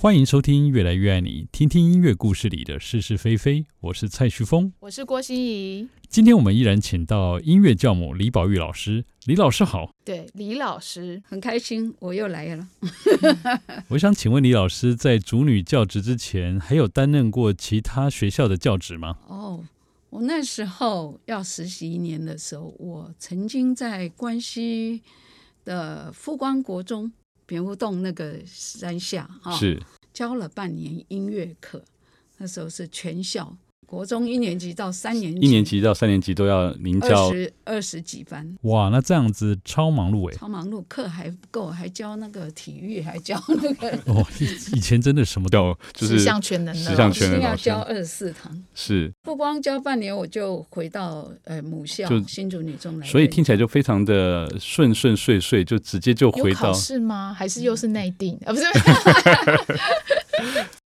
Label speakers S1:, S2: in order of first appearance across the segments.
S1: 欢迎收听《越来越爱你》，听听音乐故事里的是是非非。我是蔡旭峰，
S2: 我是郭心怡。
S1: 今天我们依然请到音乐教母李宝玉老师，李老师好。
S2: 对，李老师，
S3: 很开心，我又来了。
S1: 我想请问李老师，在主女教职之前，还有担任过其他学校的教职吗？
S3: 哦，我那时候要实习一年的时候，我曾经在关西的富光国中蝙蝠洞那个山下
S2: 哦
S3: 哈、
S1: 是
S3: 教了半年音乐课，那时候是全校国中一年级到三年级，
S4: 一年级到三年级都要您
S3: 二
S4: 教
S3: 十二十几班。
S1: 哇，那这样子超忙碌哎。
S3: 超忙碌，课还不够，还教那个体育，还教 那个，
S1: 哦，以以前真的什么都
S4: 教，就是
S2: 十项全能的
S4: 十项
S2: 老师
S4: 全能
S3: 要
S4: 老师
S3: 教二十四堂。
S4: 是，
S3: 不光教半年，我就回到呃母校
S4: 就
S3: 新竹女中来任教。
S4: 所以听起来就非常的顺顺遂遂，就直接就回
S2: 有考
S4: 到嗯
S2: 试吗？还是又是内定？啊，不是，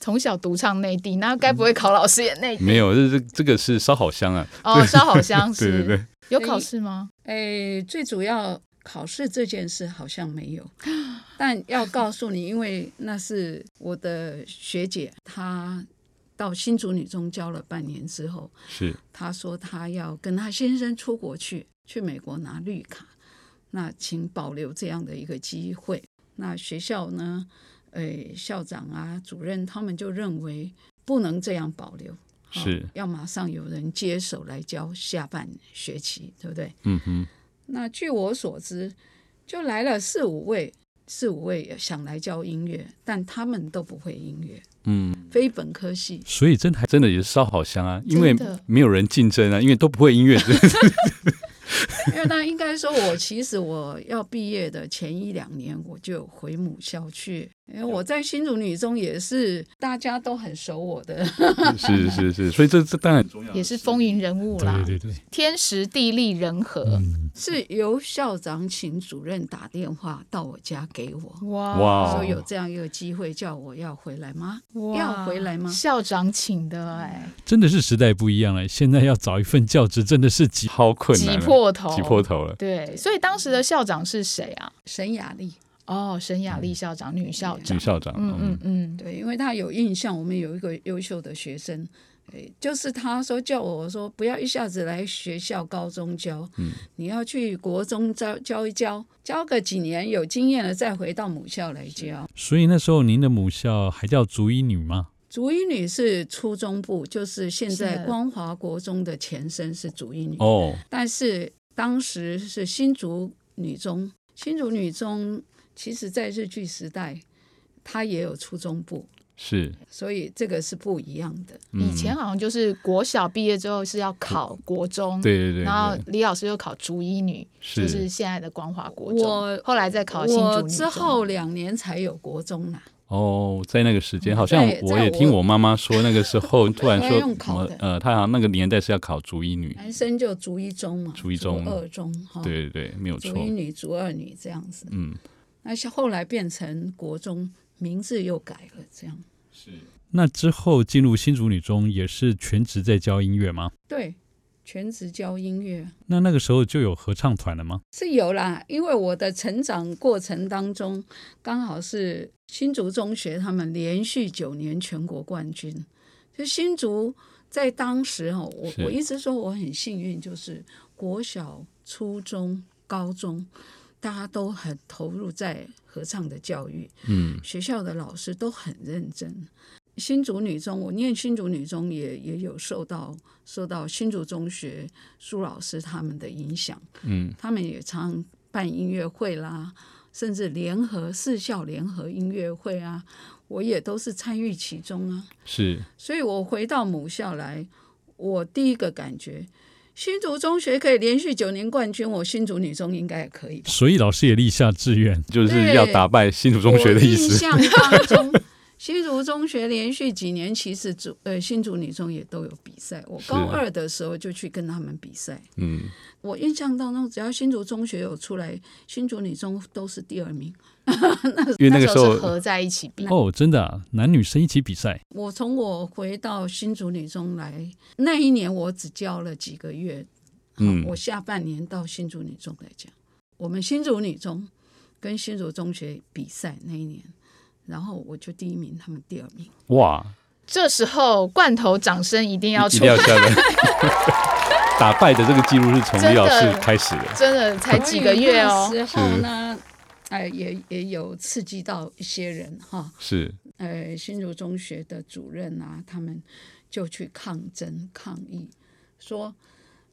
S2: 从小独唱内定，那该不会考老师也内定？
S4: 没有，这这这个是烧好香啊，
S2: 哦，烧好香 是。
S4: 对对对，
S2: 有考试吗？
S3: 诶，哎最主要考试这件事好像没有，但要告诉你，因为那是我的学姐，她到新竹女中教了半年之后，
S4: 是
S3: 她说她要跟她先生出国去，去美国拿绿卡，那请保留这样的一个机会。那学校呢，诶，校长啊、主任他们就认为不能这样保留。好
S4: 是
S3: 要马上有人接手来教下半学期，对不对？
S4: 嗯哼，
S3: 那据我所知，就来了四五位，四五位呃想来教音乐，但他们都不会音乐，
S4: 嗯，
S3: 非本科系。
S1: 所以真的还
S4: 真的也是烧好香啊，因为
S2: 真的
S4: 没有人竞争啊，因为都不会音乐，
S3: 因为那应该说，我其实我要毕业的前一两年，我就回母校去，因为我在新竹女中也是大家都很熟我的，
S4: 是是 是，所以这这当然
S2: 也是风云人物啦，
S1: 对对对，
S2: 天时地利人和。
S1: 嗯，
S3: 是由校长请主任打电话到我家给我，
S2: 哇
S4: 哇
S3: 说
S4: 哦
S3: 有这样一个机会，叫我要回来吗？
S2: 哇
S3: 要回来吗
S2: 校长请的哎，
S1: 真的是时代不一样了。现在要找一份教职真的是急，
S4: 超困
S2: 挤
S4: 难了，啊
S2: 破头，
S4: 挤破。头了，
S2: 对，所以当时的校长是谁啊？
S3: 沈雅丽。
S2: 哦，沈雅丽校长，女校长
S4: 女。校长，
S2: 嗯嗯嗯，
S3: 对，因为他有印象，我们有一个优秀的学生，诶，就是他说叫我说不要一下子来学校高中教，
S4: 嗯
S3: 你要去国中教教一教，教个几年有经验了再回到母校来教。
S1: 所以那时候您的母校还叫竹一女吗？
S3: 竹一女是初中部，就是现在
S2: 是
S3: 光华国中的前身是竹一女，
S4: 哦，
S3: 但是当时是新竹女中，新竹女中其实在日据时代，它也有初中部，
S4: 是，
S2: 嗯
S3: 所以这个是不一样的。
S4: 嗯
S2: 以前好像就是国小毕业之后是要考国中，
S4: 对对对
S2: 然后
S4: 对，
S2: 李老师又考竹一女，
S4: 是
S2: 就是嗯现在的光华国中，
S3: 我
S2: 后来再考新竹
S3: 我
S2: 女
S3: 之
S2: 中
S3: 后两年才有国中啦，
S4: 哦，在那个时间，好像
S3: 在
S4: 我
S3: 在
S4: 也
S3: 我
S4: 听我妈妈说，那个时 候突然
S3: 要
S4: 说
S3: 用
S4: 什
S3: 考
S4: 么
S3: 的
S4: 呃，她好像那个年代是要考竹一
S2: 哎
S4: 女，
S3: 男生就逐一中嘛，
S4: 逐一中
S3: 逐二中哈，，
S4: 对对对，没有错
S3: 逐，一女、逐二女这样子。
S4: 嗯，
S3: 那是后来变成国中，名字又改了，这样
S1: 那之后进入新竹女中也是全职在教音乐吗？
S3: 对，全职教音乐
S1: 那那个时候就有合唱团了吗？
S3: 是有啦，因为我的成长过程当中，刚好是新竹中学他们连续九年全国冠军，就新竹。在当时哈，我
S4: 是
S3: 我一直说我很幸运，就是国小、初中、高中，大家都很投入在合唱的教育，
S4: 嗯，
S3: 学校的老师都很认真。新竹女中，我念新竹女中也也有受到受到新竹中学苏老师他们的影响，
S4: 嗯，
S3: 他们也常办音乐会啦，甚至联合四校联合音乐会啊，我也都是参与其中啊。
S4: 是
S3: 所以我回到母校来，我第一个感觉，新竹中学可以连续九年冠军，我新竹女中应该也可以吧？
S1: 所以老师也立下志愿，
S4: 就是要打败新竹中学的意思，
S3: 我印象当中，新竹中学连续几年其实主呃新竹女中也都有比赛，我
S4: 是
S3: 高二的时候就去跟他们比赛。
S4: 嗯，
S3: 我印象当中，只要新竹中学有出来，新竹女中都是第二名。
S4: 因为那个
S2: 时
S4: 时
S2: 候是
S4: 候嗯
S2: 合在一起比，
S1: 哦，真的、啊，男女生一起比赛，
S3: 我从我回到新竹女中来那一年，我只教了几个月。
S4: 嗯
S3: 我下半年到新竹女中来讲，我们新竹女中跟新竹中学比赛那一年，然后我就第一名，他们第二名。
S4: 哇，
S2: 这时候罐头掌声一定要
S4: 一
S2: 出
S4: 定，要下 来。打败的这个记录是从李老师
S2: 真的
S4: 开始的，
S2: 真的才几个月哦
S3: 那，时候呢，哎，也也有刺激到一些人哈，
S4: 是
S3: 呃，新竹中学的主任啊，他们就去抗争抗议，说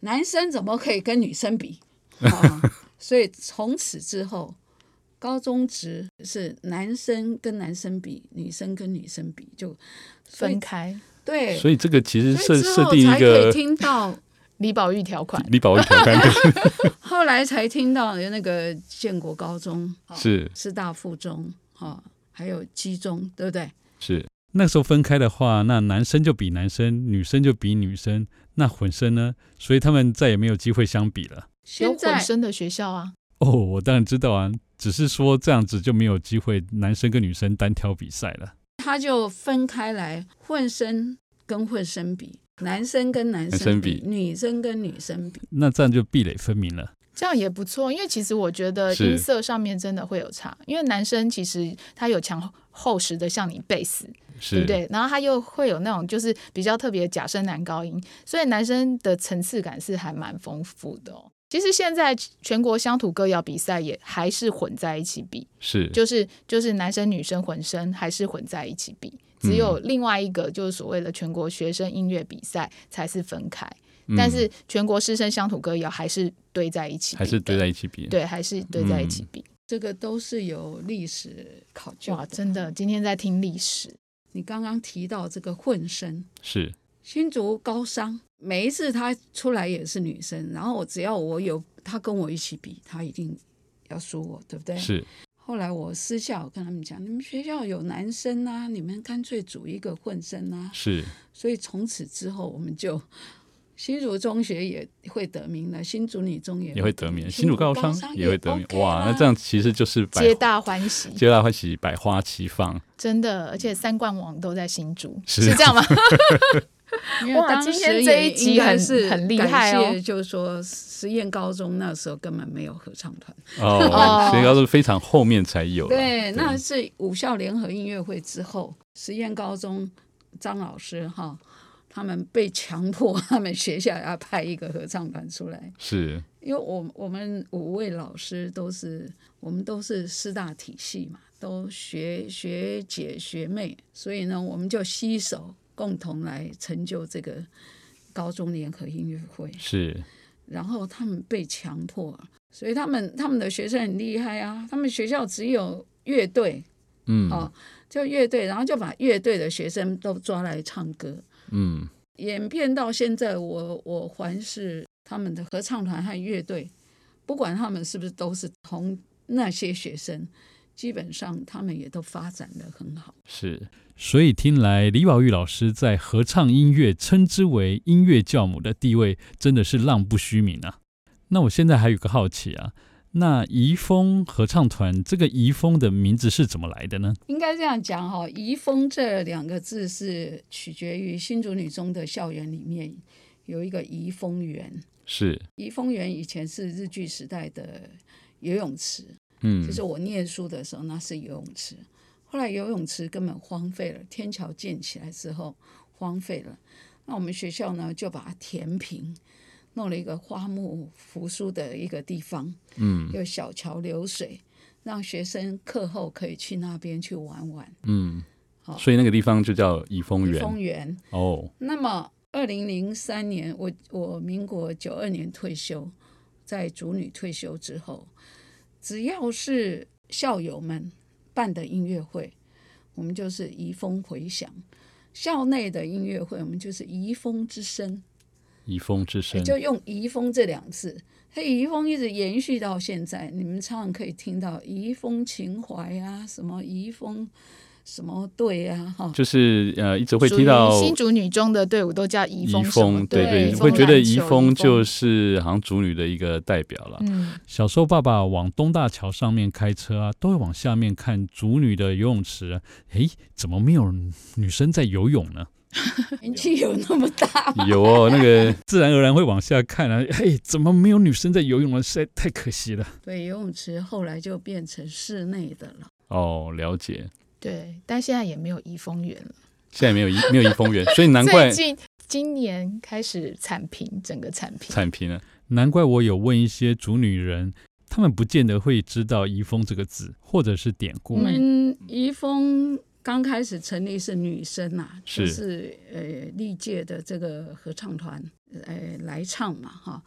S3: 男生怎么可以跟女生比？啊、 所以从此之后，高中职是男生跟男生比，女生跟女生比，就所以
S2: 分开
S3: 对，
S4: 所以这个其实
S3: 所
S4: 设
S3: 以之后
S4: 设定一
S3: 才可以
S4: 个
S3: 听到，
S2: 李宝玉条款。
S4: 李宝玉挑 战
S3: 后来才听到那个建国高中啊
S4: 是
S3: 师大附中哈、还有基中，对不对？
S4: 是
S1: 那时候分开的话，那男生就比男生，女生就比女生，那混声呢？所以他们再也没有机会相比了。
S2: 有
S3: 现
S2: 混
S3: 在
S2: 声的学校啊，
S1: 哦，我当然知道啊，只是说这样子就没有机会男生跟女生单挑比赛了。
S3: 他就分开来，混声跟混声比，男生跟男
S4: 男生
S3: 生
S4: 比
S3: 女生跟女生比。
S1: 那这样就壁垒分明了。
S2: 这样也不错，因为其实我觉得
S4: 是
S2: 音色上面真的会有差，因为男生其实他有强厚实的像你贝斯，对
S4: 是
S2: 不对？然后他又会有那种就是比较特别的假声男高音，所以男生的层次感是还蛮丰富的哦。其实现在全国乡土歌谣比赛也还是混在一起比，
S4: 是
S2: 就是就是男生女生混声还是混在一起比，
S4: 嗯
S2: 只有另外一个就是所谓的全国学生音乐比赛才是分开，
S4: 嗯
S2: 但是全国师生乡土歌谣还是堆在一起比的，
S4: 还是堆在一起嗯比，
S2: 对，还是堆在一起比。
S3: 这个都是有历史考究
S2: 哇，
S3: 的。
S2: 真的，今天在听历史，
S3: 你刚刚提到这个混声，
S4: 是
S3: 新竹高商每一次他出来也是女生，然后我只要我有他跟我一起比，他一定要输我，对不对？
S4: 是
S3: 后来我私下我跟他们讲，你们学校有男生啊，你们干脆组一个混声啊。
S4: 是
S3: 所以从此之后，我们就新竹中学也会得名了，新竹女中也
S4: 也会得名，
S3: 新
S4: 新竹高商
S3: 商
S4: 也会得名
S3: OK，啦啊
S4: 哇，那这样其实就是百
S2: 皆大欢喜，
S4: 皆大欢喜，百花齐放，
S2: 真的，而且三冠王都在新竹，
S4: 嗯是啊
S2: 是这样吗？
S3: 因为
S2: 哇
S3: 当
S2: 今
S3: 时
S2: 天这
S3: 也
S2: 一集
S3: 应该
S2: 很
S3: 是
S2: 很厉害哦
S3: 感谢就是说实验高中那时候根本没有合唱团，
S4: 哦
S2: 哦，
S4: 所以要是非常后面才有啦。
S3: 对，那是五校联合音乐会之后，实验高中张老师哈，他们被强迫他们学校要派一个合唱团出来，
S4: 是
S3: 因为我我们五位老师都是我们都是师大体系嘛，都学学姐学妹，所以呢，我们就携手共同来成就这个高中联合音乐会。
S4: 是
S3: 然后他们被强迫，所以他们他们的学生很厉害啊，他们学校只有乐队，
S4: 嗯
S3: 哦，就乐队，然后就把乐队的学生都抓来唱歌，
S4: 嗯
S3: 演变到现在，我我环视他们的合唱团和乐队，不管他们是不是都是同那些学生，基本上他们也都发展的很好。
S4: 是
S1: 所以听来，李宝玉老师在合唱音乐称之为音乐教母的地位，真的是浪不虚名啊。那我现在还有个好奇啊，那怡丰合唱团这个怡丰的名字是怎么来的呢？
S3: 应该这样讲哈、移风这两个字是取决于新竹女中的校园里面有一个移风园，
S4: 是，
S3: 移风园以前是日据时代的游泳池，
S4: 嗯
S3: 就是我念书的时候那是游泳池，后来游泳池根本荒废了，天桥建起来之后荒废了，那我们学校呢就把它填平，弄了一个花木扶疏的一个地方，
S4: 嗯
S3: 有小桥流水，让学生课后可以去那边去玩玩。
S4: 嗯
S3: 好，
S4: 所以那个地方就叫怡丰园
S3: 丰原。
S4: 哦，
S3: 那么，二零零三年，我我民国九二年退休，在主女退休之后，只要是校友们办的音乐会，我们就是移风回响；校内的音乐会，我们就是移风之声，
S4: 怡丰之声
S3: 就用“移风”这两字。它移风一直延续到现在，你们常常可以听到移风情怀啊，什么移风什么队啊，哈，
S4: 就是呃，一直 会
S2: 属于
S4: 听到
S2: 新竹女中的队伍都叫怡丰
S4: 怡
S2: 什么，
S4: 丰，对
S2: 对
S4: 对，
S2: 怡
S4: 会觉得
S2: 篮球
S4: 怡丰就是是好像主女的一个代表了。
S2: 嗯，
S1: 小时候，爸爸往东大桥上面开车啊，都会往下面看竹女的游泳池、啊。诶，怎么没有女生在游泳呢？
S3: 年纪有那么大吗？
S4: 有哦，那个
S1: 自然而然会往下看啊。诶，怎么没有女生在游泳呢？实在太可惜了。
S3: 对，游泳池后来就变成室内的了。
S4: 哦，了解，
S2: 对，但现在也没有怡丰园了。
S4: 现在没有一没有一丰园，所以难怪
S2: 最近今年开始铲平整个铲平，
S4: 铲平了。啊
S1: 难怪我有问一些主女人，她们不见得会知道“移风”这个字，或者是典
S3: 我
S1: 故。
S3: 们嗯怡丰刚开始成立是女生啊，
S4: 是
S3: 就是呃历届的这个合唱团呃来唱嘛哈。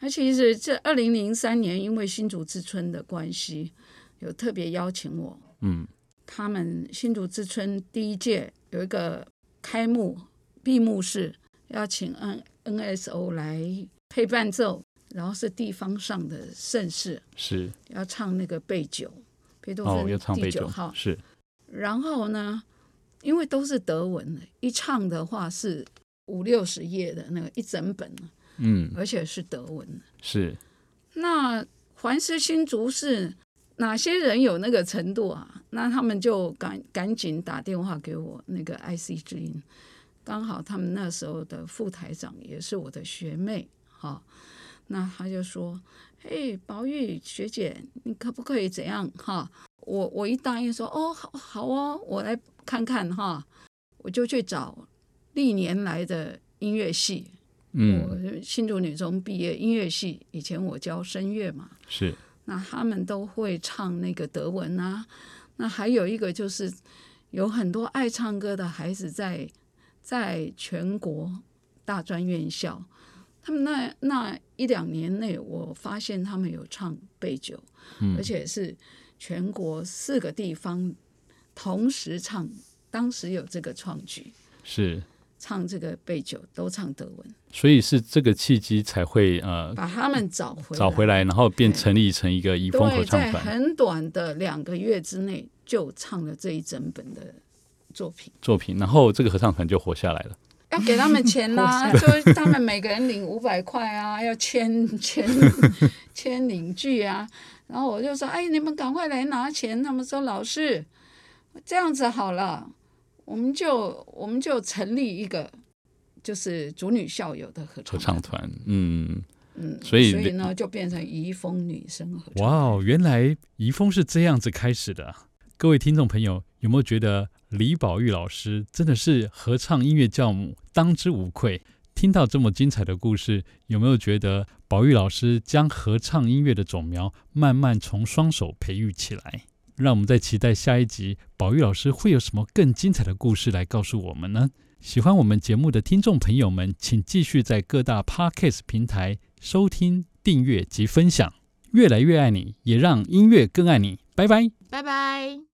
S3: 那其实这二零零三年，因为新竹之春的关系，有特别邀请我，
S4: 嗯，
S3: 他们新竹之春第一届有一个开幕闭幕式，要请 N NSO 来配伴奏，然后是地方上的盛事，
S4: 是
S3: 要唱那个背九，贝多
S4: 哦，
S3: 芬
S4: 要唱
S3: 第
S4: 杯
S3: 九
S4: 酒
S3: 号，
S4: 是
S3: 然后呢，因为都是德文的，一唱的话是五六十页的那个一整本，
S4: 嗯
S3: 而且是德文的。
S4: 是
S3: 那环视新竹是哪些人有那个程度啊？那他们就赶赶紧打电话给我那个 IC 之音，刚好他们那时候的副台长也是我的学妹，哈、那他就说：“嘿，宝玉学姐，你可不可以怎样？哈，我我一答应说，哦，好好哦，我来看看哈，我就去找历年来的音乐系，我
S4: 嗯
S3: 是新竹女中毕业音乐系，以前我教声乐嘛，
S4: 是
S3: 那他们都会唱那个德文啊。那还有一个就是，有很多爱唱歌的孩子在在全国大专院校，他们那那一两年内，我发现他们有唱背九，
S4: 嗯
S3: 而且是全国四个地方同时唱，当时有这个创举，
S4: 是，
S3: 唱这个背九都唱德文，
S4: 所以是这个契机才会呃
S3: 把他们找回
S4: 找回来，然后变成立成一个移风合
S3: 对，
S4: 唱
S3: 在
S4: 团
S3: 很短的两个月之内就唱了这一整本的作品，
S4: 作品，然后这个合唱团就活下来了。
S3: 要给他们钱啦、就是他们每个人领五百块啊，要签签 签领据啊。然后我就说：“哎，你们赶快来拿钱。”他们说：“老师，这样子好了，我们就我们就成立一个就是主女校友的合
S4: 合
S3: 唱团
S4: 唱团，嗯，
S3: 嗯，
S4: 所以
S3: 所以呢，就变成怡丰女生合唱
S1: 哇哦，原来移风是这样子开始的啊。各位听众朋友，有没有觉得李宝玉老师真的是合唱音乐教母，当之无愧？听到这么精彩的故事，有没有觉得宝玉老师将合唱音乐的种苗慢慢从双手培育起来？让我们再期待下一集，宝玉老师会有什么更精彩的故事来告诉我们呢？喜欢我们节目的听众朋友们，请继续在各大 Podcast 平台收听、订阅及分享。越来越爱你，也让音乐更爱你。拜拜。
S2: 拜拜。